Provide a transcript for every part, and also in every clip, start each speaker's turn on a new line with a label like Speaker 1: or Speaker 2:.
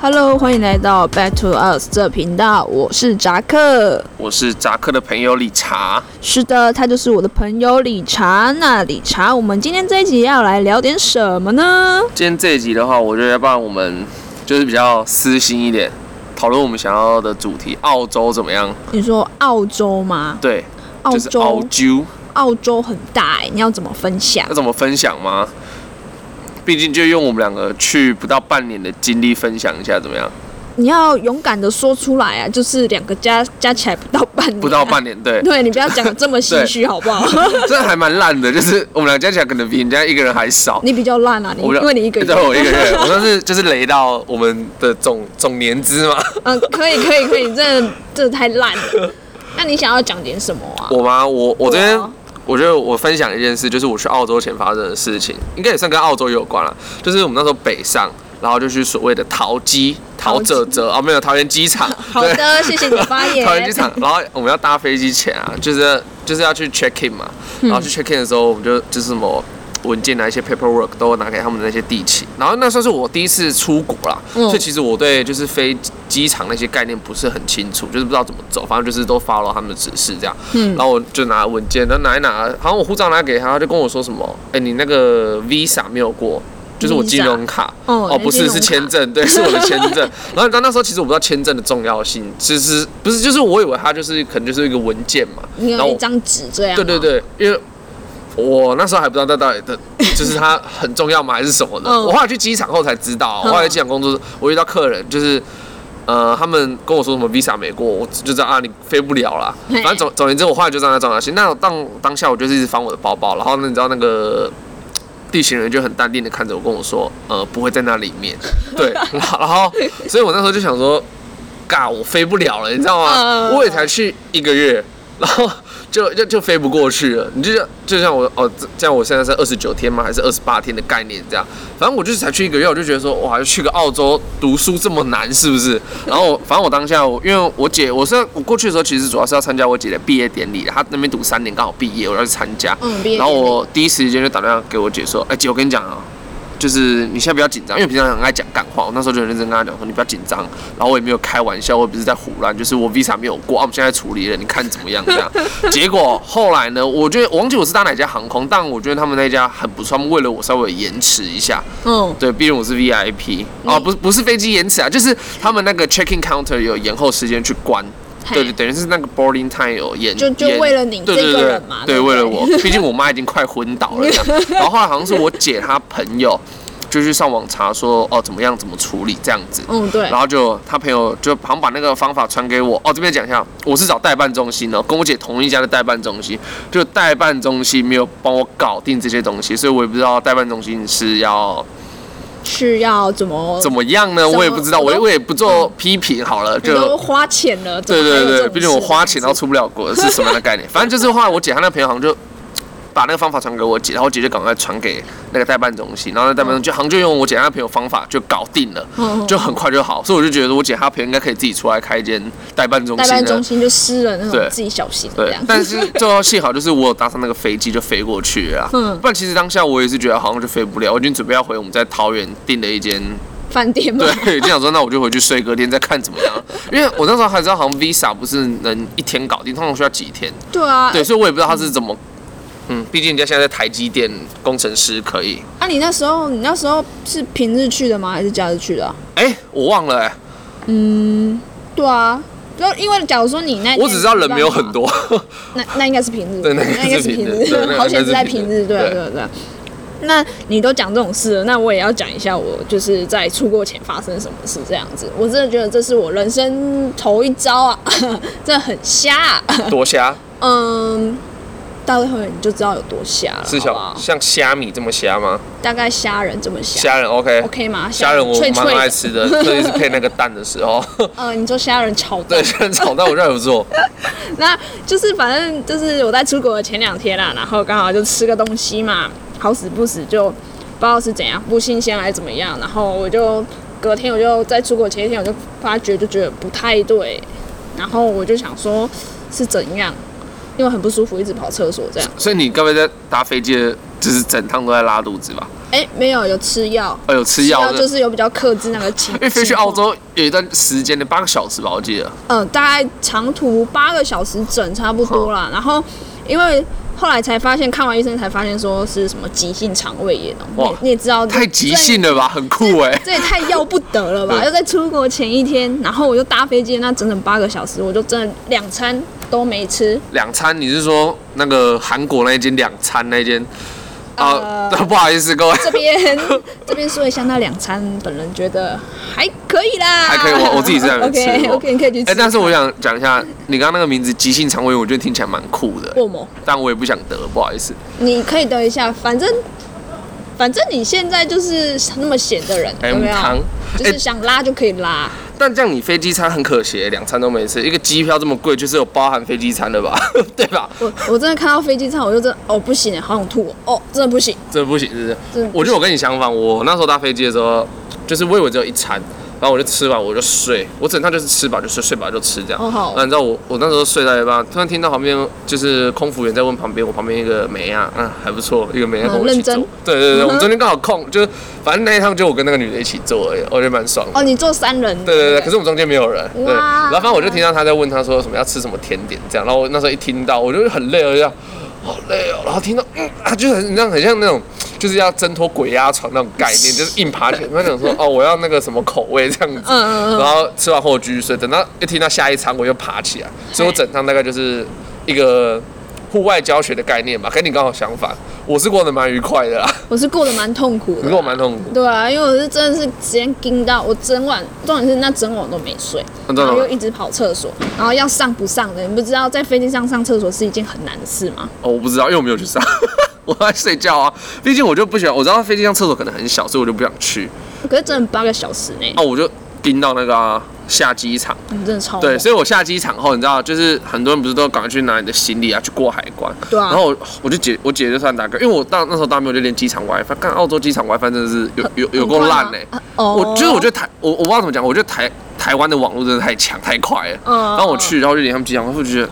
Speaker 1: Hello，欢迎来到 Back to Us 这频道，我是扎克。
Speaker 2: 我是扎克的朋友理查。
Speaker 1: 是的，他就是我的朋友理查。那理查，我们今天这一集要来聊点什么呢？
Speaker 2: 今天这一集的话，我觉得要不然我们就是比较私心一点，讨论我们想要的主题，澳洲怎么样？
Speaker 1: 你说澳洲吗？
Speaker 2: 对，
Speaker 1: 澳
Speaker 2: 就是
Speaker 1: 洲，
Speaker 2: 澳洲，
Speaker 1: 澳洲很大哎、你要怎么分享
Speaker 2: 要？怎么分享吗？毕竟就用我们两个去不到半年的经历分享一下，怎么样？
Speaker 1: 你要勇敢的说出来啊！就是两个加加起来不到半年、
Speaker 2: 不到半。年， 对，
Speaker 1: 对你不要讲的这么心虚好不好？
Speaker 2: 这还蛮烂的，就是 我们俩加起来可能比人家一个人还少。
Speaker 1: 你比较烂啊，你
Speaker 2: 我们
Speaker 1: 因
Speaker 2: 俩
Speaker 1: 为你一个
Speaker 2: 对，我一个人，我算是就是雷到我们的总总年资嘛。
Speaker 1: 嗯，可以可以可以，真的真的太烂了。那你想要讲点什么啊？
Speaker 2: 我吗？我我这
Speaker 1: 对啊
Speaker 2: 边，我觉得我分享一件事，就是我去澳洲前发生的事情，应该也算跟澳洲有关了。就是我们那时候北上，然后就去所谓的桃机、
Speaker 1: 桃
Speaker 2: 桃
Speaker 1: 机
Speaker 2: 泽泽啊，没有桃园机场，
Speaker 1: 好
Speaker 2: 对，
Speaker 1: 的，谢谢你 发言。
Speaker 2: 桃园机场。然后我们要搭飞机前啊，就是就是要去 check in 嘛，
Speaker 1: 嗯
Speaker 2: 然后去 check in 的时候，我们就就是什么。文件啊，一些 paperwork 都拿给他们的那些地勤，然后那算是我第一次出国啦，
Speaker 1: 嗯
Speaker 2: 所以其实我对就是飞机场那些概念不是很清楚，就是不知道怎么走，反正就是都 follow 他们的指示这样。
Speaker 1: 嗯
Speaker 2: 然后我就拿文件，然后拿一拿，好像我护照拿给他，他就跟我说什么，哎、你那个 Visa 没有过。就是我金融卡
Speaker 1: Visa 哦
Speaker 2: 不
Speaker 1: 你
Speaker 2: 是
Speaker 1: 的
Speaker 2: 是
Speaker 1: 金融
Speaker 2: 签
Speaker 1: 卡
Speaker 2: 证，对，是我的签 证。然后你知道那时候其实我不知道签证的重要性，其实不是，就是我以为它就是可能就是一个文件嘛。
Speaker 1: 你
Speaker 2: 然后
Speaker 1: 有一
Speaker 2: 我
Speaker 1: 张纸这样。
Speaker 2: 对对。对，因为我那时候还不知道那到底的， 就是它很重要吗，还是什么的？
Speaker 1: 嗯
Speaker 2: 我后来去机场后才知道，我后来去机场工作，我遇到客人就是。呃，他们跟我说什么 visa 没过，我就知道啊，你飞不了啦。
Speaker 1: 嘿
Speaker 2: 反正总总而言之，我后来就让他撞下去。那我当当下我就是一直翻我的包包，然后呢，你知道那个地勤人就很淡定的看着我，跟我说，呃，不会在那里面。对，然后然后，所以我那时候就想说，尬，我飞不了了，你知道吗？
Speaker 1: 嗯
Speaker 2: 我也才去一个月，然后就 就就飞不过去了。你就像就像我哦，这这样我现在是二十九天吗？还是二十八天的概念这样？反正我就是才去一个月，我就觉得说，哇，去个澳洲读书这么难是不是？然后我反正我当下我因为我姐，我是我过去的时候其实主要是要参加我姐的毕业典礼，她那边读三年刚好毕业，我要去参加。
Speaker 1: 嗯，毕业典礼
Speaker 2: 然后我第一时间就打电话给我姐说：“哎、姐，我跟你讲啊，就是你现在不要紧张，因为我平常很爱讲干话。我那时候就很认真跟她讲说，你不要紧张。然后我也没有开玩笑，我也不是在胡乱，就是我 visa 没有过，啊，我们现在处理了，你看怎么样？这 样。结果后来呢，我觉得我忘记我是搭哪一家航空，但我觉得他们那一家很不错，他们为了我稍微延迟一下，
Speaker 1: 嗯，
Speaker 2: 对，毕竟我是 VIP 哦，不是不是飞机延迟啊，就是他们那个 check in counter 有延后时间去关。”
Speaker 1: 嘿
Speaker 2: 对对，等于是那个 boarding time 有延，
Speaker 1: 就就
Speaker 2: 延
Speaker 1: 为了你
Speaker 2: 对
Speaker 1: 这
Speaker 2: 对
Speaker 1: 个
Speaker 2: 对
Speaker 1: 人嘛对
Speaker 2: 对，
Speaker 1: 不
Speaker 2: 为
Speaker 1: 对
Speaker 2: 了我，毕竟我妈已经快昏倒了这样。 然后后来好像是我姐她朋友就去上网查说哦怎么样怎么处理这样子，
Speaker 1: 嗯，对
Speaker 2: 然，后就她朋友就好像把那个方法传给我哦，这边讲一下，我是找代办中心哦，跟我姐同一家的代办中心，就代办中心没有帮我搞定这些东西，所以我也不知道代办中心是要
Speaker 1: 是要怎么
Speaker 2: 怎么样呢，
Speaker 1: 怎么嗯
Speaker 2: 我也不知道，
Speaker 1: 我
Speaker 2: 我也
Speaker 1: 都
Speaker 2: 我也不做批评好了，
Speaker 1: 你都
Speaker 2: 就。
Speaker 1: 花钱了，怎
Speaker 2: 对
Speaker 1: 么还有
Speaker 2: 对
Speaker 1: 这
Speaker 2: 对，
Speaker 1: 种
Speaker 2: 毕竟我
Speaker 1: 事
Speaker 2: 花钱 然后出不了国是什么样的概念？反正就是后来我姐她那朋友好像就把那个方法传给我姐，然后我姐就赶快传给那个代办中心，然后那代办中心好像就用我姐她那朋友方法就搞定了，
Speaker 1: 嗯嗯
Speaker 2: 就很快就好，所以我就觉得我姐她朋友嗯应该可以自己出来开一间代办中
Speaker 1: 代
Speaker 2: 心
Speaker 1: 办
Speaker 2: 的
Speaker 1: 中。心就私人那种
Speaker 2: 对，
Speaker 1: 自己小心这
Speaker 2: 对
Speaker 1: 样，。
Speaker 2: 但是最后幸好就是我有搭上那个飞机就飞过去了啊，
Speaker 1: 嗯
Speaker 2: 不然其实当下我也是觉得好像就飞不了，我已经准备要回我们在桃园订的一间
Speaker 1: 饭店 嘛，
Speaker 2: 对，就想说那我就回去睡，隔天再看怎么样。因为我那时候还知道，好像 Visa 不是能一天搞定，通常需要几天。
Speaker 1: 对啊。
Speaker 2: 对，所以我也不知道他是怎么。嗯，毕竟人家现在在台积电工程师可以。
Speaker 1: 啊，你那时候你那时候是平日去的吗？还是假日去的啊？
Speaker 2: 哎、我忘了、哎，
Speaker 1: 对啊，就因为假如说你那天
Speaker 2: 我只知道人没有很多。
Speaker 1: 那那应该是平日，
Speaker 2: 对那应该是
Speaker 1: 应该是
Speaker 2: 平日对那
Speaker 1: 日，
Speaker 2: 应该
Speaker 1: 好险是在
Speaker 2: 是平日
Speaker 1: 平日，对啊
Speaker 2: 对
Speaker 1: 对啊对啊。那你都讲这种事了，那我也要讲一下我就是在出国前发生什么事这样子。我真的觉得这是我人生头一遭啊， 真的很瞎啊、
Speaker 2: 多虾
Speaker 1: 嗯，到最后你就知道有多瞎了，
Speaker 2: 是
Speaker 1: 好不
Speaker 2: 小
Speaker 1: 好？
Speaker 2: 像虾米这么虾吗？
Speaker 1: 大概虾仁这么瞎
Speaker 2: 虾仁 OK，
Speaker 1: ，OK 吗？
Speaker 2: 虾仁我
Speaker 1: 脆
Speaker 2: 蛮
Speaker 1: 脆
Speaker 2: 爱
Speaker 1: 的，
Speaker 2: 吃的，特别是配那个蛋的时 候。
Speaker 1: 呃，你说虾仁炒蛋
Speaker 2: 对，虾仁炒蛋我觉得还不错。
Speaker 1: 那就是反正就是我在出国的前两天啊啦，然后刚好就吃个东西嘛，好死不死就不知道是怎样不新鲜还是怎么样，然后我就隔天我就在出国前一天我就发觉就觉得不太对，然后我就想说是怎样，因为很不舒服，一直跑厕所这样。
Speaker 2: 所以你该不会在搭飞机的，就是整趟都在拉肚子吧？
Speaker 1: 哎、没有有吃药，
Speaker 2: 哦，有吃药的，
Speaker 1: 就
Speaker 2: 因
Speaker 1: 是有比较克制那个 情。因
Speaker 2: 为飞去澳，洲有一段时间的八个小时吧，我记得。
Speaker 1: 嗯、大概长途八个小时整差不多啦。然后因为后来才发现，看完医生才发现说是什么急性肠胃炎哦、
Speaker 2: 哇
Speaker 1: 你你也知道
Speaker 2: 太急性了吧，很酷哎、
Speaker 1: 这也太要不得了吧！
Speaker 2: 对
Speaker 1: 要在出国前一天，然后我就搭飞机，那整整八个小时，我就真的两餐都没 吃。
Speaker 2: 两餐，你是说那个韩国那一间两餐那一间？啊、
Speaker 1: 呃
Speaker 2: 不好意思各位，
Speaker 1: 这边这边说一下，那两餐本人觉得还可以啦，
Speaker 2: 还可以，我我自己是这样吃
Speaker 1: OK
Speaker 2: 过。
Speaker 1: OK，你可以去 吃。
Speaker 2: 哎、但是我想讲一下，你刚刚那个名字“急性肠胃炎”，我觉得听起来蛮酷的、
Speaker 1: 过某，
Speaker 2: 但我也不想得，不好意思。
Speaker 1: 你可以等一下，反正反正你现在就是那么闲的人，
Speaker 2: 哎
Speaker 1: 有没有
Speaker 2: 汤？
Speaker 1: 就是想拉就可以拉。
Speaker 2: 但这样你飞机餐很可惜，欸两餐都没吃，一个机票这么贵，就是有包含飞机餐的吧？ 对吧？
Speaker 1: 我我真的看到飞机上，我就真的哦不行，好想吐哦，哦真的不行。
Speaker 2: 这不行，是不是？
Speaker 1: 真的不行
Speaker 2: 我觉得我跟你相反，我那时候搭飞机的时候，就是我以为只有一餐，然后我就吃完我就睡，我整趟就是吃饱就睡，睡饱就吃这样。
Speaker 1: 哦好
Speaker 2: 那你知道我我那时候睡到一半，突然听到旁边就是空服员在问旁边我旁边一个美亚，嗯还不错，一个美亚跟我
Speaker 1: 嗯
Speaker 2: 一起
Speaker 1: 认
Speaker 2: 坐。
Speaker 1: 真
Speaker 2: 对对对，
Speaker 1: 嗯哼
Speaker 2: 我们中间刚好空，就是反正那一趟就我跟那个女的一起坐而已，我觉得蛮爽的。
Speaker 1: 哦，你坐三人。
Speaker 2: 对对对，
Speaker 1: 不
Speaker 2: 可是我们中间没有人。对，
Speaker 1: 哇
Speaker 2: 然后反正我就听到他在问他说什么要吃什么甜点这样，然后我那时候一听到我就很累了，我就这样好累哦，然后听到嗯啊，就很像很像那种就是要挣脱鬼压床那种概念，就是硬爬起来，他想说哦我要那个什么口味这样子，
Speaker 1: 嗯嗯嗯
Speaker 2: 然后吃完后我继续睡，等到一听到下一餐我又爬起来，所以我整趟大概就是一个户外教学的概念吧，跟你刚好相反，我是过得蛮愉快的啦，
Speaker 1: 我是过得蛮痛苦的。
Speaker 2: 可是我蛮痛苦。
Speaker 1: 对啊，因为我是真的是直接盯到我整晚，重点是那整晚我都没睡，
Speaker 2: 那
Speaker 1: 然
Speaker 2: 真的
Speaker 1: 后
Speaker 2: 吗
Speaker 1: 又一直跑厕所，然后要上不上的，你不知道在飞机上上厕所是一件很难的事吗？
Speaker 2: 哦，我不知道，因为我没有去上，我在睡觉啊。毕竟我就不喜欢，我知道飞机上厕所可能很小，所以我就不想去。
Speaker 1: 可是真的八个小时内，
Speaker 2: 哦，我就盯到那个啊、下机场。
Speaker 1: 你真的超
Speaker 2: 对，
Speaker 1: 猛
Speaker 2: 所以我下机场后，你知道，就是很多人不是都赶快去拿你的行李啊，去过海关。
Speaker 1: 对啊
Speaker 2: 然后我我就姐，我姐就算打个，因为我到那时候大没有就练机场 WiFi，看澳洲机场 WiFi 真的是有有有够烂嘞。
Speaker 1: 很快吗啊哦
Speaker 2: 我就是我觉得台，我我不知道怎么讲，我觉得台台湾的网络真的太强太快了。
Speaker 1: 嗯
Speaker 2: 然后我去，然后就连他们机场，我就觉得。嗯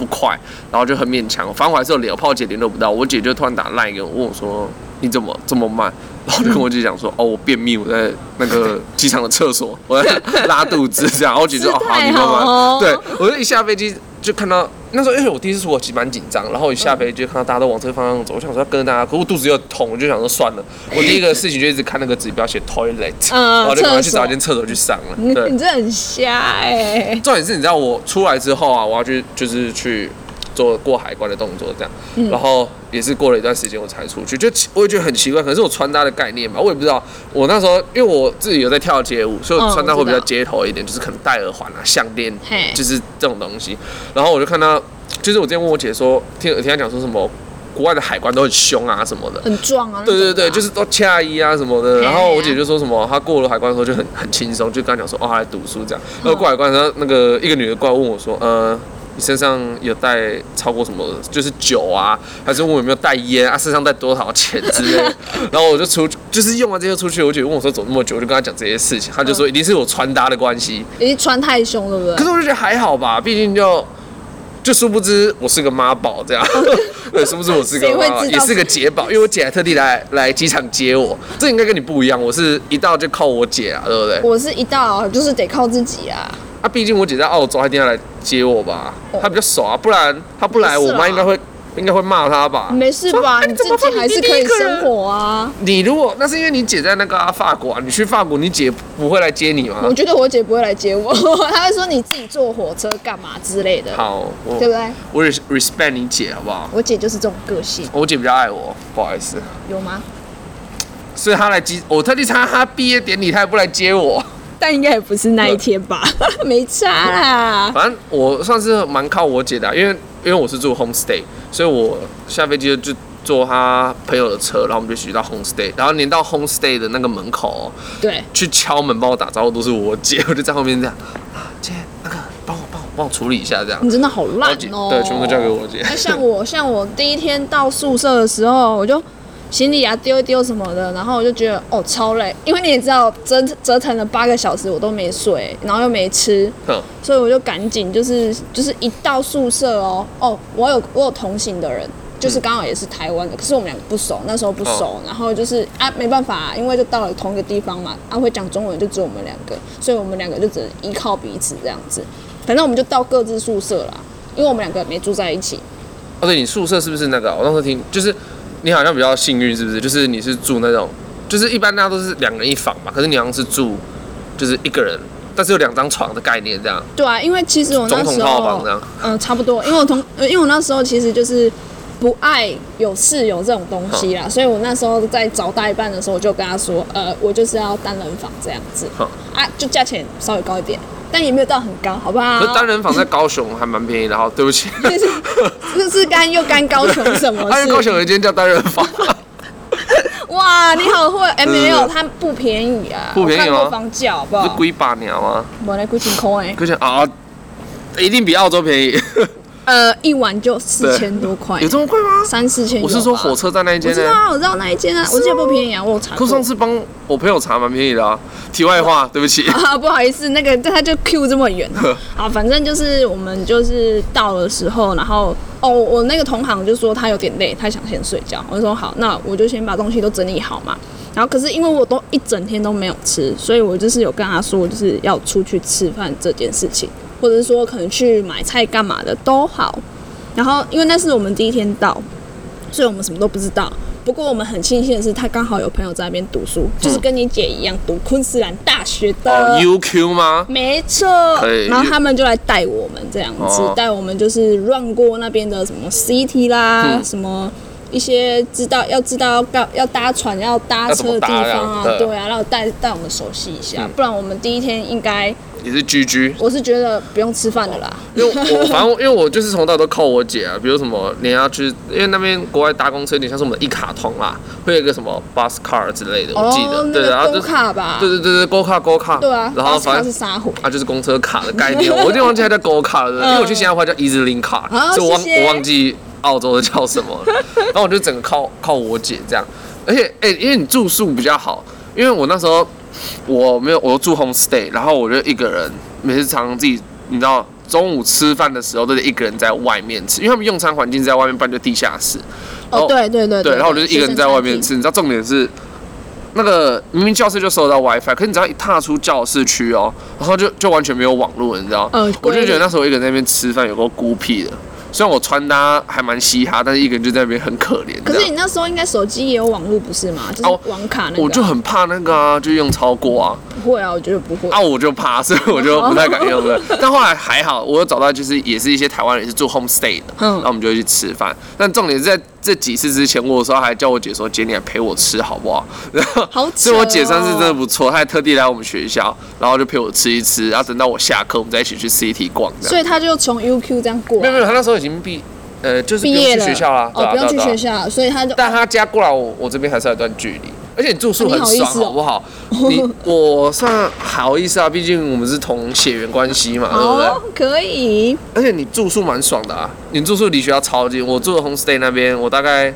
Speaker 2: 不快，然后就很勉强。反正我还是有联，我怕我姐联络不到。我姐就突然打烂一个，问我说：“你怎么这么慢？”然后我就跟我姐讲说：“哦，我便秘，我在那个机场的厕所，我在拉肚子这样。”然后我姐就：“哦，好，你慢
Speaker 1: 是太好哦
Speaker 2: 慢。”对，我就一下飞机就看到那时候，因为我第一次出国，其实蛮紧张。然后我一下飞机就看到大家都往这个方向走，我想说要跟着大家，可我肚子又痛，我就想说算了。我第一个事情就一直看那个指标写 toilet，、
Speaker 1: 嗯
Speaker 2: 然后就赶快去
Speaker 1: 厕所
Speaker 2: 找一间厕所去上了。
Speaker 1: 你
Speaker 2: 对。
Speaker 1: 你真的很瞎哎、
Speaker 2: 重点是，你知道我出来之后啊，我要去就是去做过海关的动作，这样，然后也是过了一段时间我才出去，就奇我也觉得很奇怪，可能是我穿搭的概念吧，我也不知道。我那时候因为我自己有在跳街舞，所以我
Speaker 1: 嗯
Speaker 2: 穿搭会比较
Speaker 1: 我知道
Speaker 2: 街头一点，就是可能戴耳环啊、项链
Speaker 1: 嘿，
Speaker 2: 就是这种东西。然后我就看到，就是我之前问我姐说，听听她讲说什么国外的海关都很凶啊什么的，
Speaker 1: 很壮啊！
Speaker 2: 对对对，就是是都恰一啊什么的。
Speaker 1: 嘿
Speaker 2: 然后我姐就说什么，她过了海关的时候就很很轻松，就跟她讲说，哦，她来读书这样。然后过海关，然后那个一个女的过来问我说，呃，你身上有带超过什么，就是酒啊，还是问我有没有带烟啊，身上带多少钱之类的。然后我就出，就是用完这些出去，我姐问我说走那么久，我就跟她讲这些事情，她就说一定是我穿搭的关系。
Speaker 1: 已经穿太凶，对不
Speaker 2: 可
Speaker 1: 对？
Speaker 2: 是我就觉得还好吧，毕竟就。就殊不知我是个妈宝这样， 对，殊不知我是个
Speaker 1: 谁会
Speaker 2: 妈
Speaker 1: 知道
Speaker 2: 宝，也是个姐宝，因为我姐还特地来来机场接我，这应该跟你不一样，我是一到就靠我姐啊，对不对？
Speaker 1: 我是一到就是得靠自己啊，
Speaker 2: 啊，毕竟我姐在澳洲，她一定要来接我吧，她比较熟啊，不然她不来，
Speaker 1: 哦不是
Speaker 2: 我
Speaker 1: 啦
Speaker 2: 妈应该会应该会骂她吧。
Speaker 1: 没事
Speaker 2: 说
Speaker 1: 吧？
Speaker 2: 哎
Speaker 1: 你自
Speaker 2: 怎么
Speaker 1: 己还是可以
Speaker 2: 放你弟弟一个人
Speaker 1: 生活啊。
Speaker 2: 你如果那是因为你姐在那个、啊、法国啊，你去法国，你姐不会来接你吗
Speaker 1: 我？觉得我姐不会来接我， 她会说你自己坐火车干嘛之类的，
Speaker 2: 好，
Speaker 1: 对啊不
Speaker 2: 我
Speaker 1: 对？
Speaker 2: 我 res- respect 你姐好不好？
Speaker 1: 我姐就是这种个性，
Speaker 2: 我姐比较爱我，不好意思。
Speaker 1: 有吗？
Speaker 2: 所以他来接我，特地参加他毕业典礼，他也不来 接我。
Speaker 1: 但应该也不是那一天吧， 没差啦。
Speaker 2: 反正我算是蛮靠我姐的啊、因为因为我是住 homestay，所以我下飞机就坐他朋友的车，然后我们就一起到 homestay，然后连到 homestay 的那个门口哦、
Speaker 1: 对，
Speaker 2: 去敲门帮我打招呼都是我姐，我就在后面这样，啊姐，那个帮我帮我帮我处理一下这样。
Speaker 1: 你真的好烂
Speaker 2: 我姐
Speaker 1: 哦、
Speaker 2: 对，全部都交给。我姐。
Speaker 1: 那像我，像我第一天到宿舍的时候，我就行李啊丢一丢什么的，然后我就觉得哦超累，因为你也知道折折腾了八个小时，我都没睡，然后又没吃，
Speaker 2: 哼，
Speaker 1: 所以我就赶紧就是就是一到宿舍哦哦，我有我有同行的人，就是刚好也是台湾的，可是我们两个不熟，那时候不熟，
Speaker 2: 哦
Speaker 1: 然后就是啊没办法、因为就到了同一个地方嘛，啊会讲中文就只有我们两个，所以我们两个就只能依靠彼此这样子，反正我们就到各自宿舍啦，因为我们两个没住在一起，
Speaker 2: 哦，对，你宿舍是不是那个啊？我当时听，就是你好像比较幸运，是不是？就是你是住那种，就是一般大家都是两人一房嘛，可是你好像是住就是一个人，但是有两张床的概念这样，
Speaker 1: 对啊，因为其实我
Speaker 2: 总
Speaker 1: 那
Speaker 2: 统
Speaker 1: 时
Speaker 2: 套房
Speaker 1: 候
Speaker 2: 这。样。
Speaker 1: 嗯，差不多，因为我同，呃因为我那时候其实就是不爱有室友这种东西啦，所以我那时候在找代办的时候，我就跟他说，呃，我就是要单人房这样子，
Speaker 2: 好
Speaker 1: 啊，就价钱稍微高一点，但也没有到很高，好不好
Speaker 2: 可是？单人房在高雄还蛮便宜的，好，对 不起。
Speaker 1: 就是干又干高雄什 么
Speaker 2: 哎，
Speaker 1: 事？
Speaker 2: 高雄有一间叫单人 房，
Speaker 1: 哇，你好 会，哎、没有，
Speaker 2: 嗯
Speaker 1: 它不便宜啊，
Speaker 2: 不便宜吗
Speaker 1: 我看过房价好不
Speaker 2: 是
Speaker 1: 好？
Speaker 2: 龟爸鸟吗？
Speaker 1: 我来估几空哎，
Speaker 2: 可是啊，一定比澳洲便宜，
Speaker 1: 呃，一晚就四千多块
Speaker 2: 有，这么贵吗？
Speaker 1: 三四千有吧。
Speaker 2: 我是说火车站那一
Speaker 1: 我
Speaker 2: 间
Speaker 1: 知道
Speaker 2: 呢。
Speaker 1: 啊，我知道那一间啊，我记得不便宜啊，我有查
Speaker 2: 可
Speaker 1: 过。
Speaker 2: 是上次帮我朋友查蛮便宜的啊。题外话，对不 起。
Speaker 1: 啊，不好意思，那个但他就 Q 这么远啊，反正就是我们就是到的时候，然后哦，我那个同行就说他有点累，他想先睡觉，我就说好，那我就先把东西都整理好嘛。然后可是因为我都一整天都没有吃，所以我就是有跟他说，就是要出去吃饭这件事情，或者是说可能去买菜干嘛的都好。然后因为那是我们第一天到，所以我们什么都不知道。不过我们很庆幸的是，他刚好有朋友在那边读书，就是跟你姐一样读昆士兰大学的。
Speaker 2: 哦，UQ 吗？
Speaker 1: 没错
Speaker 2: 可以，
Speaker 1: 然后他们就来带我们这样子
Speaker 2: 哦，
Speaker 1: 带、我们就是乱过那边的什么 CT 啦，
Speaker 2: 嗯
Speaker 1: 什么一些知道要知道要要搭船要搭车的地
Speaker 2: 要怎
Speaker 1: 方
Speaker 2: 么
Speaker 1: 啊
Speaker 2: 搭，对
Speaker 1: 对啊，然后带带我们熟悉一下，
Speaker 2: 嗯
Speaker 1: 不然我们第一天应该
Speaker 2: 也是 GG，
Speaker 1: 我是觉得不用吃饭的啦。
Speaker 2: 因为我反正因为我就是从到都靠我姐啊，比如什么你要去，因为那边国外搭公车有点像是我们的一卡通啦，会有一个什么 bus car 之类的，我记得，
Speaker 1: 哦，那
Speaker 2: 对，然
Speaker 1: 个
Speaker 2: 后
Speaker 1: 公
Speaker 2: 就
Speaker 1: 卡吧，
Speaker 2: 对对对对，go car go car，
Speaker 1: 对啊，
Speaker 2: 然后反
Speaker 1: 它是
Speaker 2: 正。
Speaker 1: 沙虎，
Speaker 2: 啊，就是公车卡的概念，我有点忘记它叫 Go Car 了，因为我去新加坡叫 Easy Link Car，、
Speaker 1: 好
Speaker 2: 所以我忘
Speaker 1: 啊谢谢
Speaker 2: 我忘记澳洲的叫什么了。然后我就整个靠靠我姐这样，而且哎、因为你住宿比较好，因为我那时候我没有我住 homestay，然后我就一个人，每次常常自己，你知道。中午吃饭的时候都得一个人在外面吃，因为他们用餐环境是在外面，不然就地下室。然后
Speaker 1: 哦，对对对
Speaker 2: 对，然后我就一个人在外面，吃。你知道重点是，那个明明教室就收得到 WiFi，可是你只要一踏出教室区哦，然后就就完全没有网络，你知道？
Speaker 1: 嗯
Speaker 2: 我就
Speaker 1: 对
Speaker 2: 觉得那时候我一个人在那边吃饭有够孤僻的。虽然我穿搭还蛮嘻哈，但是一个人就在那边很可怜。
Speaker 1: 可
Speaker 2: 这
Speaker 1: 是
Speaker 2: 样
Speaker 1: 你那时候应该手机也有网络不是吗？就
Speaker 2: 哦
Speaker 1: 是网卡那个啊，
Speaker 2: 我就很怕那个啊，就用超过啊，
Speaker 1: 不会啊，我觉得不会
Speaker 2: 啊，我就怕，所以我就不太敢 用了。但后来还好，我有找到就是也是一些台湾人是住 homestay 的，
Speaker 1: 嗯
Speaker 2: 然后我们就会去吃饭。但重点是在这几次之前，我有时候还叫我姐说：“姐，你来陪我吃好不好？”然后，
Speaker 1: 好扯哦
Speaker 2: 所以我姐上次真的不错，她还特地来我们学校，然后就陪我吃一吃，然后等到我下课，我们再一起去 CT 逛这样。
Speaker 1: 所以他就从 UQ 这样过
Speaker 2: 没有没
Speaker 1: 来，
Speaker 2: 有，她那时候已经毕呃就是不
Speaker 1: 毕
Speaker 2: 用
Speaker 1: 业
Speaker 2: 去
Speaker 1: 了，
Speaker 2: 学校啦，对
Speaker 1: 哦，
Speaker 2: 啊
Speaker 1: 不用
Speaker 2: 对啊
Speaker 1: 去
Speaker 2: 对啊
Speaker 1: 学校，所以他就
Speaker 2: 但他家过来我我这边还是有一段距离，而且你住宿很
Speaker 1: 啊你好意
Speaker 2: 爽，
Speaker 1: 思哦
Speaker 2: 好不好？ 你我算好意思啊，毕竟我们是同血缘关系嘛，对不对？
Speaker 1: 哦，可以，
Speaker 2: 而且你住宿蛮爽的啊，你住宿离学校超近，我住的 homestay 那边，我大概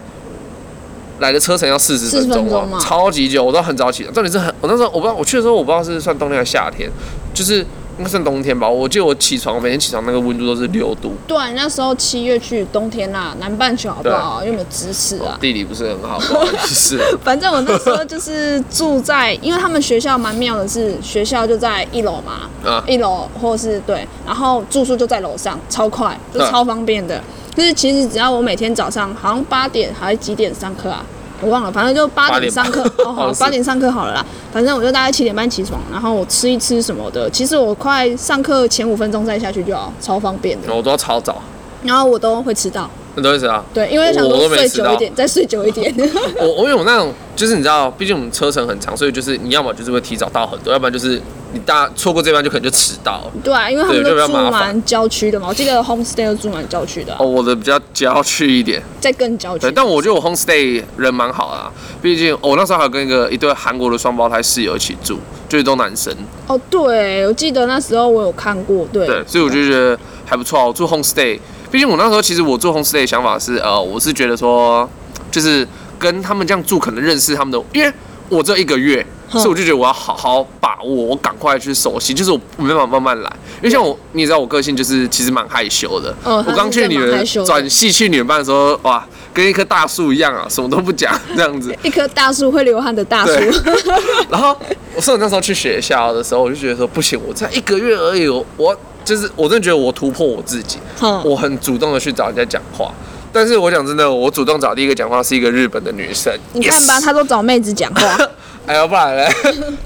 Speaker 2: 来的车程要四十分
Speaker 1: 40分
Speaker 2: 钟
Speaker 1: 钟
Speaker 2: 啊，
Speaker 1: 嘛
Speaker 2: 超级久，我都很早起。重点是很，我那时候我不知道，我去的时候我不知道是算冬天还是夏天，就是应该算冬天吧。我记得我起床，我每天起床那个温度都是六度，
Speaker 1: 对啊，你那时候七月去冬天啦，南半球好不好？又没有知识啊。
Speaker 2: 地理不是很好，不好意 思。
Speaker 1: 反正我那时候就是住在，因为他们学校蛮妙的是，学校就在一楼嘛，
Speaker 2: 啊
Speaker 1: 一楼或是对，然后住宿就在楼上，超快，就
Speaker 2: 对
Speaker 1: 超方便的。就是其实只要我每天早上好像八点还是几点上课啊，我忘了，反正就八点
Speaker 2: 8
Speaker 1: 上课
Speaker 2: 点吧，
Speaker 1: 哦
Speaker 2: 好
Speaker 1: 好，
Speaker 2: 像是
Speaker 1: 八点上课好了啦。反正我就大概七点半起床，然后我吃一吃什么的，其实我快上课前五分钟再下去就好，超方便的。
Speaker 2: 我都要超早，
Speaker 1: 然后我都会迟到，
Speaker 2: 你懂我意思啊？
Speaker 1: 对，因为想
Speaker 2: 我
Speaker 1: 说
Speaker 2: 都没
Speaker 1: 睡
Speaker 2: 迟
Speaker 1: 久
Speaker 2: 到
Speaker 1: 一点，再睡久一点。
Speaker 2: 我我有那种，就是你知道，毕竟我们车程很长，所以就是你要么就是会提早到很多，要不然就是你大错过这班就可能就迟到了。
Speaker 1: 对啊，因为他们
Speaker 2: 对就比较
Speaker 1: 都住
Speaker 2: 麻烦
Speaker 1: 蛮郊区的嘛，我记得 homestay 都住蛮郊区的啊、
Speaker 2: 哦，我的比较郊区一点，
Speaker 1: 再更郊区
Speaker 2: 对，。但我觉得我 homestay 人蛮好的啊，毕竟、哦我那时候还有跟一个一对韩国的双胞胎室友一起住，就是都男生，
Speaker 1: 哦，对，我记得那时候我有看过，对，
Speaker 2: 对，所以我就觉得还不错、啊。我住 homestay，毕竟我那时候其实我住 homestay 的想法是，呃，我是觉得说，就是跟他们这样住，可能认识他们的，因为我只有一个月，
Speaker 1: 嗯
Speaker 2: 所以我就觉得我要好好把握，我赶快去熟悉，就是我没办法慢慢来，因为像我，你也知道我个性就是其实蛮害羞的。
Speaker 1: 嗯
Speaker 2: 我刚去你
Speaker 1: 他是真的蛮
Speaker 2: 们
Speaker 1: 害羞的
Speaker 2: 转系去你们班的时候，哇，跟一棵大树一样啊，什么都不讲这样子。
Speaker 1: 一棵大树会流汗的大树，
Speaker 2: 对然后，所以我那时候去学校的时候，我就觉得说不行，我才一个月而已，我我就是我真的觉得我突破我自己，
Speaker 1: 嗯
Speaker 2: 我很主动的去找人家讲话。但是我讲真的，我主动找第一个讲话是一个日本的女生，
Speaker 1: 你看吧，
Speaker 2: Yes
Speaker 1: 他都找妹子讲话，
Speaker 2: 哎要不然 嘞，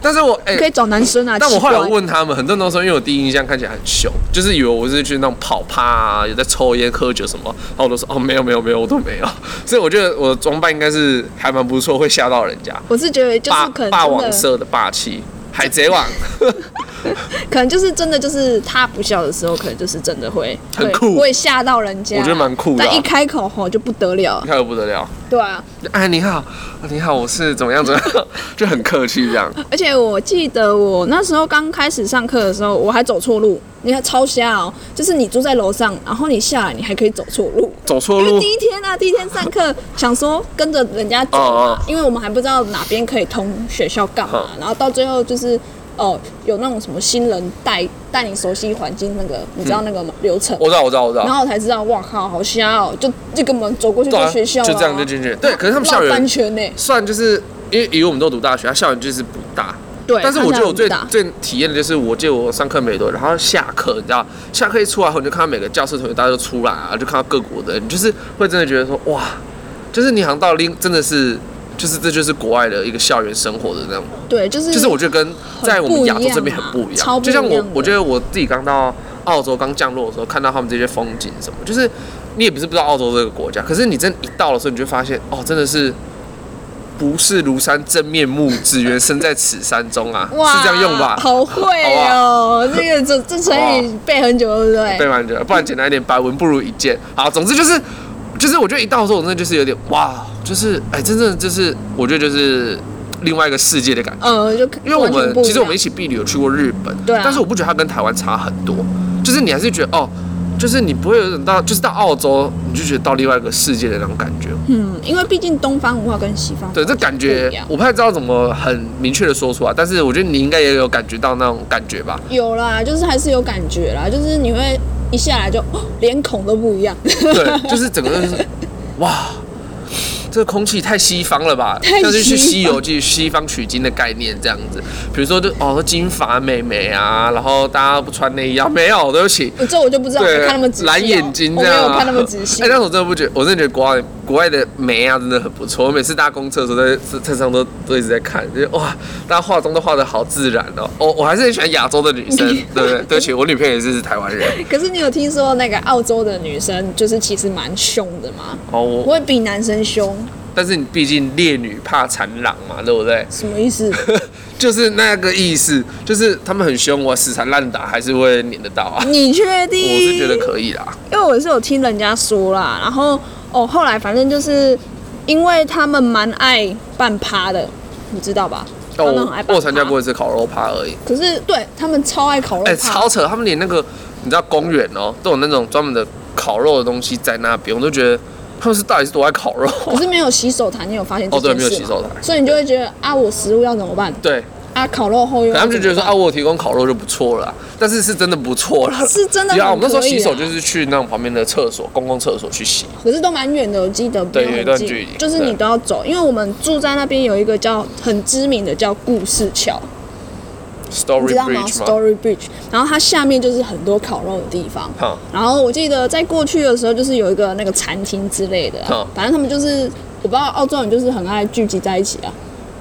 Speaker 2: 但是我哎、
Speaker 1: 可以找男生啊。
Speaker 2: 但我
Speaker 1: 奇
Speaker 2: 后
Speaker 1: 怪
Speaker 2: 来问他们，很多人都说，因为我第一印象看起来很凶，就是以为我是去那种跑趴啊，有在抽烟喝酒什么，然后我都说哦没有没有没有，我都没有，所以我觉得我的装扮应该是还蛮不错，会吓到人家。
Speaker 1: 我是觉得就
Speaker 2: 霸
Speaker 1: 是可
Speaker 2: 霸
Speaker 1: 能
Speaker 2: 王
Speaker 1: 真的，
Speaker 2: 色的霸气，海贼王
Speaker 1: 可能就是真的就是他不笑的时候，可能就是真的会
Speaker 2: 很
Speaker 1: 会
Speaker 2: 酷
Speaker 1: 会吓到人家。
Speaker 2: 我觉得蛮酷的啊
Speaker 1: 但一开口吼就不得了，
Speaker 2: 看得不得了。
Speaker 1: 对啊。
Speaker 2: 哎，你好，你好，我是怎么样怎么样， 就很客气这样。
Speaker 1: 而且我记得我那时候刚开始上课的时候，我还走错路，你看超瞎哦！就是你住在楼上，然后你下来，你还可以走错路。
Speaker 2: 走错
Speaker 1: 因为
Speaker 2: 路
Speaker 1: 第一天啊，第一天上 课想说跟着人家走
Speaker 2: 哦
Speaker 1: 嘛
Speaker 2: 哦，
Speaker 1: 因为我们还不知道哪边可以通学校干嘛，然后到最后就是。哦，有那种什么新人带带你熟悉环境那个，你知道那个吗流程？
Speaker 2: 嗯哦我知道，我知道，我知
Speaker 1: 然
Speaker 2: 道。
Speaker 1: 后我才知道，哇靠，好瞎哦！就一个门走过去
Speaker 2: 对
Speaker 1: 就
Speaker 2: 啊
Speaker 1: 学校、
Speaker 2: 就这样就进去对可是他们校园
Speaker 1: 绕翻圈呢、
Speaker 2: 算就是因为以我们都读大学，他校园就是不大。
Speaker 1: 对，
Speaker 2: 但是我觉得我最
Speaker 1: 它这样很大
Speaker 2: 最体验的就是，我记得我上课没多久，然后下课，你知道，下课一出来后，你就看到每个教室同学大家都出来啊，就看到各国的人，你就是会真的觉得说，哇，就是你好像到另真的是，就是这就是国外的一个校园生活的那种
Speaker 1: 对，就是
Speaker 2: 就是我觉得跟在我们亚洲这边很不
Speaker 1: 很不一
Speaker 2: 一样，
Speaker 1: 样啊
Speaker 2: 就像
Speaker 1: 超不一
Speaker 2: 我
Speaker 1: 样的
Speaker 2: 我觉得我自己刚到澳洲刚降落的时候，看到他们这些风景什么，就是你也不是不知道澳洲这个国家，可是你真一到的时候，你就发现哦，真的是。不是庐山真面目，只缘身在此山中啊，是这样用吧？
Speaker 1: 好会哦，这个这这成语背很久，对不对？
Speaker 2: 对蛮久了，不然简单一点，百闻不如一见。好，总之就是，就是我觉得一到的时候，我真的就是有点哇，就是哎，真正就是我觉得就是另外一个世界的感觉。
Speaker 1: 嗯，就
Speaker 2: 因为我
Speaker 1: 完全
Speaker 2: 们
Speaker 1: 不一样
Speaker 2: 其实我们一起避旅有去过日本，
Speaker 1: 对啊
Speaker 2: 但是我不觉得它跟台湾差很多，就是你还是觉得哦，就是你不会有种到，就是到澳洲你就觉得到另外一个世界的那种感觉。
Speaker 1: 嗯，因为毕竟东方文化跟西方
Speaker 2: 对，这感觉
Speaker 1: 不一样
Speaker 2: 我不太知道怎么很明确的说出来，但是我觉得你应该也有感觉到那种感觉 吧？
Speaker 1: 有啦，就是还是有感觉啦，就是你会一下来就 哦脸孔都不一样，
Speaker 2: 对，就是整个就是哇。这个空气太西方了吧，
Speaker 1: 太西
Speaker 2: 像
Speaker 1: 方
Speaker 2: 是去《西游记》西方取经的概念这样子。比如说就，哦，金发美眉啊，然后大家不穿内衣啊，没有，对不起，
Speaker 1: 我这我就不知道，我没
Speaker 2: 对，
Speaker 1: 看那么仔细哦，
Speaker 2: 蓝眼睛这样、啊，
Speaker 1: 我没有看那么仔细
Speaker 2: 哎、，但是我真的不觉得，我真的觉得国外国外的美啊真的很不错。我每次搭公车的时候在，在车上都都一直在看，就是哇，大家化妆都化的好自然哦。我、我还是很喜欢亚洲的女生，对不对？对不起，我女朋友也是台 湾人。
Speaker 1: 可是你有听说那个澳洲的女生就是其实蛮凶的吗？
Speaker 2: 哦，
Speaker 1: 不
Speaker 2: 我
Speaker 1: 会比男生凶，
Speaker 2: 但是你毕竟烈女怕缠狼嘛，对不对？
Speaker 1: 什么意 思？
Speaker 2: 就是那个意思，就是他们很凶，我死缠烂打还是会撵得到啊。
Speaker 1: 你确定？
Speaker 2: 我是觉得可以啦，
Speaker 1: 因为我是有听人家说啦，然后哦，后来反正就是因为他们蛮爱办趴的，你知道吧？他
Speaker 2: 哦
Speaker 1: 们很爱办
Speaker 2: 我我
Speaker 1: 趴
Speaker 2: 有参加过一次烤肉趴而已。
Speaker 1: 可是对他们超爱烤肉趴，
Speaker 2: 哎、超扯！他们连那个你知道公园哦、都有那种专门的烤肉的东西在那边，我都觉得他们是到底是多爱烤 肉、
Speaker 1: 可是没有洗手台，你有发现这
Speaker 2: 哦，
Speaker 1: 件事
Speaker 2: 对，
Speaker 1: 吗？
Speaker 2: 没有洗手台。
Speaker 1: 所以你就会觉得啊，我食物要怎么办？
Speaker 2: 对，
Speaker 1: 啊，烤肉后又
Speaker 2: 可
Speaker 1: 要
Speaker 2: 他们就觉得说
Speaker 1: 怎么
Speaker 2: 啊，我有提供烤肉就不错了啦，但是是真的不错了
Speaker 1: 办。 是真的很
Speaker 2: 啊，我们那时候
Speaker 1: 可以
Speaker 2: 洗手
Speaker 1: 啊
Speaker 2: 就是去那种旁边的厕所，公共厕所去洗。
Speaker 1: 可是都蛮远的，我记得不
Speaker 2: 对
Speaker 1: 用
Speaker 2: 有一
Speaker 1: 很
Speaker 2: 段
Speaker 1: 近
Speaker 2: 距离
Speaker 1: 就是你
Speaker 2: 对
Speaker 1: 都要走，因为我们住在那边有一个叫很知名的叫故事桥，你
Speaker 2: Story
Speaker 1: 知道吗
Speaker 2: Bridge 吗？
Speaker 1: ？Story Bridge，然后它下面就是很多烤肉的地方。
Speaker 2: 哈，
Speaker 1: 然后我记得在过去的时候，就是有一个那个餐厅之类的啊、
Speaker 2: 嗯
Speaker 1: 反正他们就是我不知道澳洲人就是很爱聚集在一起啊，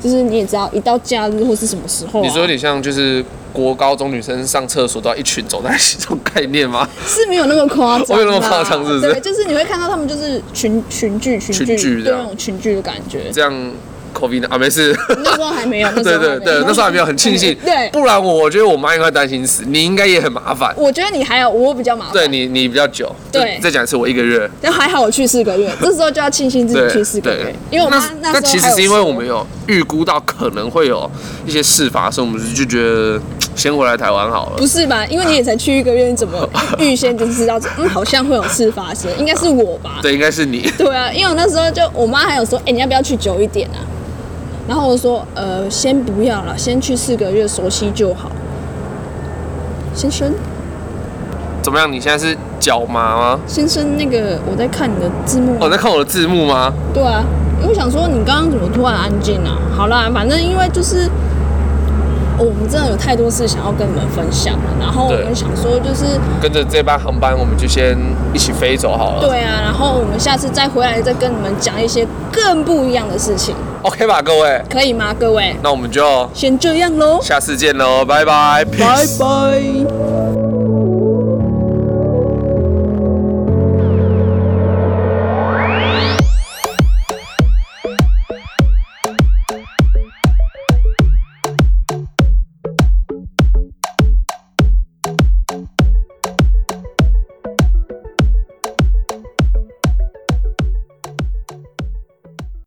Speaker 1: 就是你也知道，一到假日或是什么时候、啊，
Speaker 2: 你说有点像就是国高中女生上厕所都要一群走在一起这种概念吗？
Speaker 1: 是没有那么夸张啦，啊
Speaker 2: 没有那么夸张是不是
Speaker 1: 对，就是你会看到他们就是群群聚群聚，
Speaker 2: 群聚这
Speaker 1: 对
Speaker 2: 样
Speaker 1: 那种群聚的感觉。
Speaker 2: 这样 COVID 呢啊，没事。
Speaker 1: 那时候还没有，那时
Speaker 2: 对
Speaker 1: 候还没
Speaker 2: 对
Speaker 1: 有
Speaker 2: 对，那时候还没有很庆幸，
Speaker 1: 对，
Speaker 2: 不然我我觉得我妈应该会担心死，你应该也很麻烦。
Speaker 1: 我觉得你还有我比较麻烦，
Speaker 2: 对，你，你比较久。
Speaker 1: 对
Speaker 2: 就再讲一次，我一个月。
Speaker 1: 但还好我去四个月，这时候就要庆幸自己去四个月，因为我妈
Speaker 2: 那
Speaker 1: 时候
Speaker 2: 其实
Speaker 1: 还有
Speaker 2: 是因为
Speaker 1: 说
Speaker 2: 我们有预估到可能会有一些事发生，我们就觉得先回来台湾好了。
Speaker 1: 不是吧？因为你也才去一个月，你怎么预先就知道这？嗯，好像会有事发生，应该是我吧？
Speaker 2: 对，应该是你。
Speaker 1: 对啊，因为我那时候就我妈还有说，哎、你要不要去久一点啊？然后我说，呃，先不要了，先去四个月熟悉就好。先生，
Speaker 2: 怎么样？你现在是脚麻吗？
Speaker 1: 先生，那个我在看你的字幕。
Speaker 2: 哦，你在看我的字幕吗？
Speaker 1: 对啊，因为我想说你刚刚怎么突然安静啊？好啦，反正因为就是、哦我们真的有太多事想要跟你们分享了，然后我
Speaker 2: 对
Speaker 1: 们想说就是
Speaker 2: 跟着这班航班，我们就先一起飞走好了。
Speaker 1: 对啊，然后我们下次再回来再跟你们讲一些更不一样的事情，
Speaker 2: OK 吧，各位，
Speaker 1: 可以吗？各位，
Speaker 2: 那我们就
Speaker 1: 先这样喽，
Speaker 2: 下次见喽，拜拜，拜
Speaker 1: 拜拜。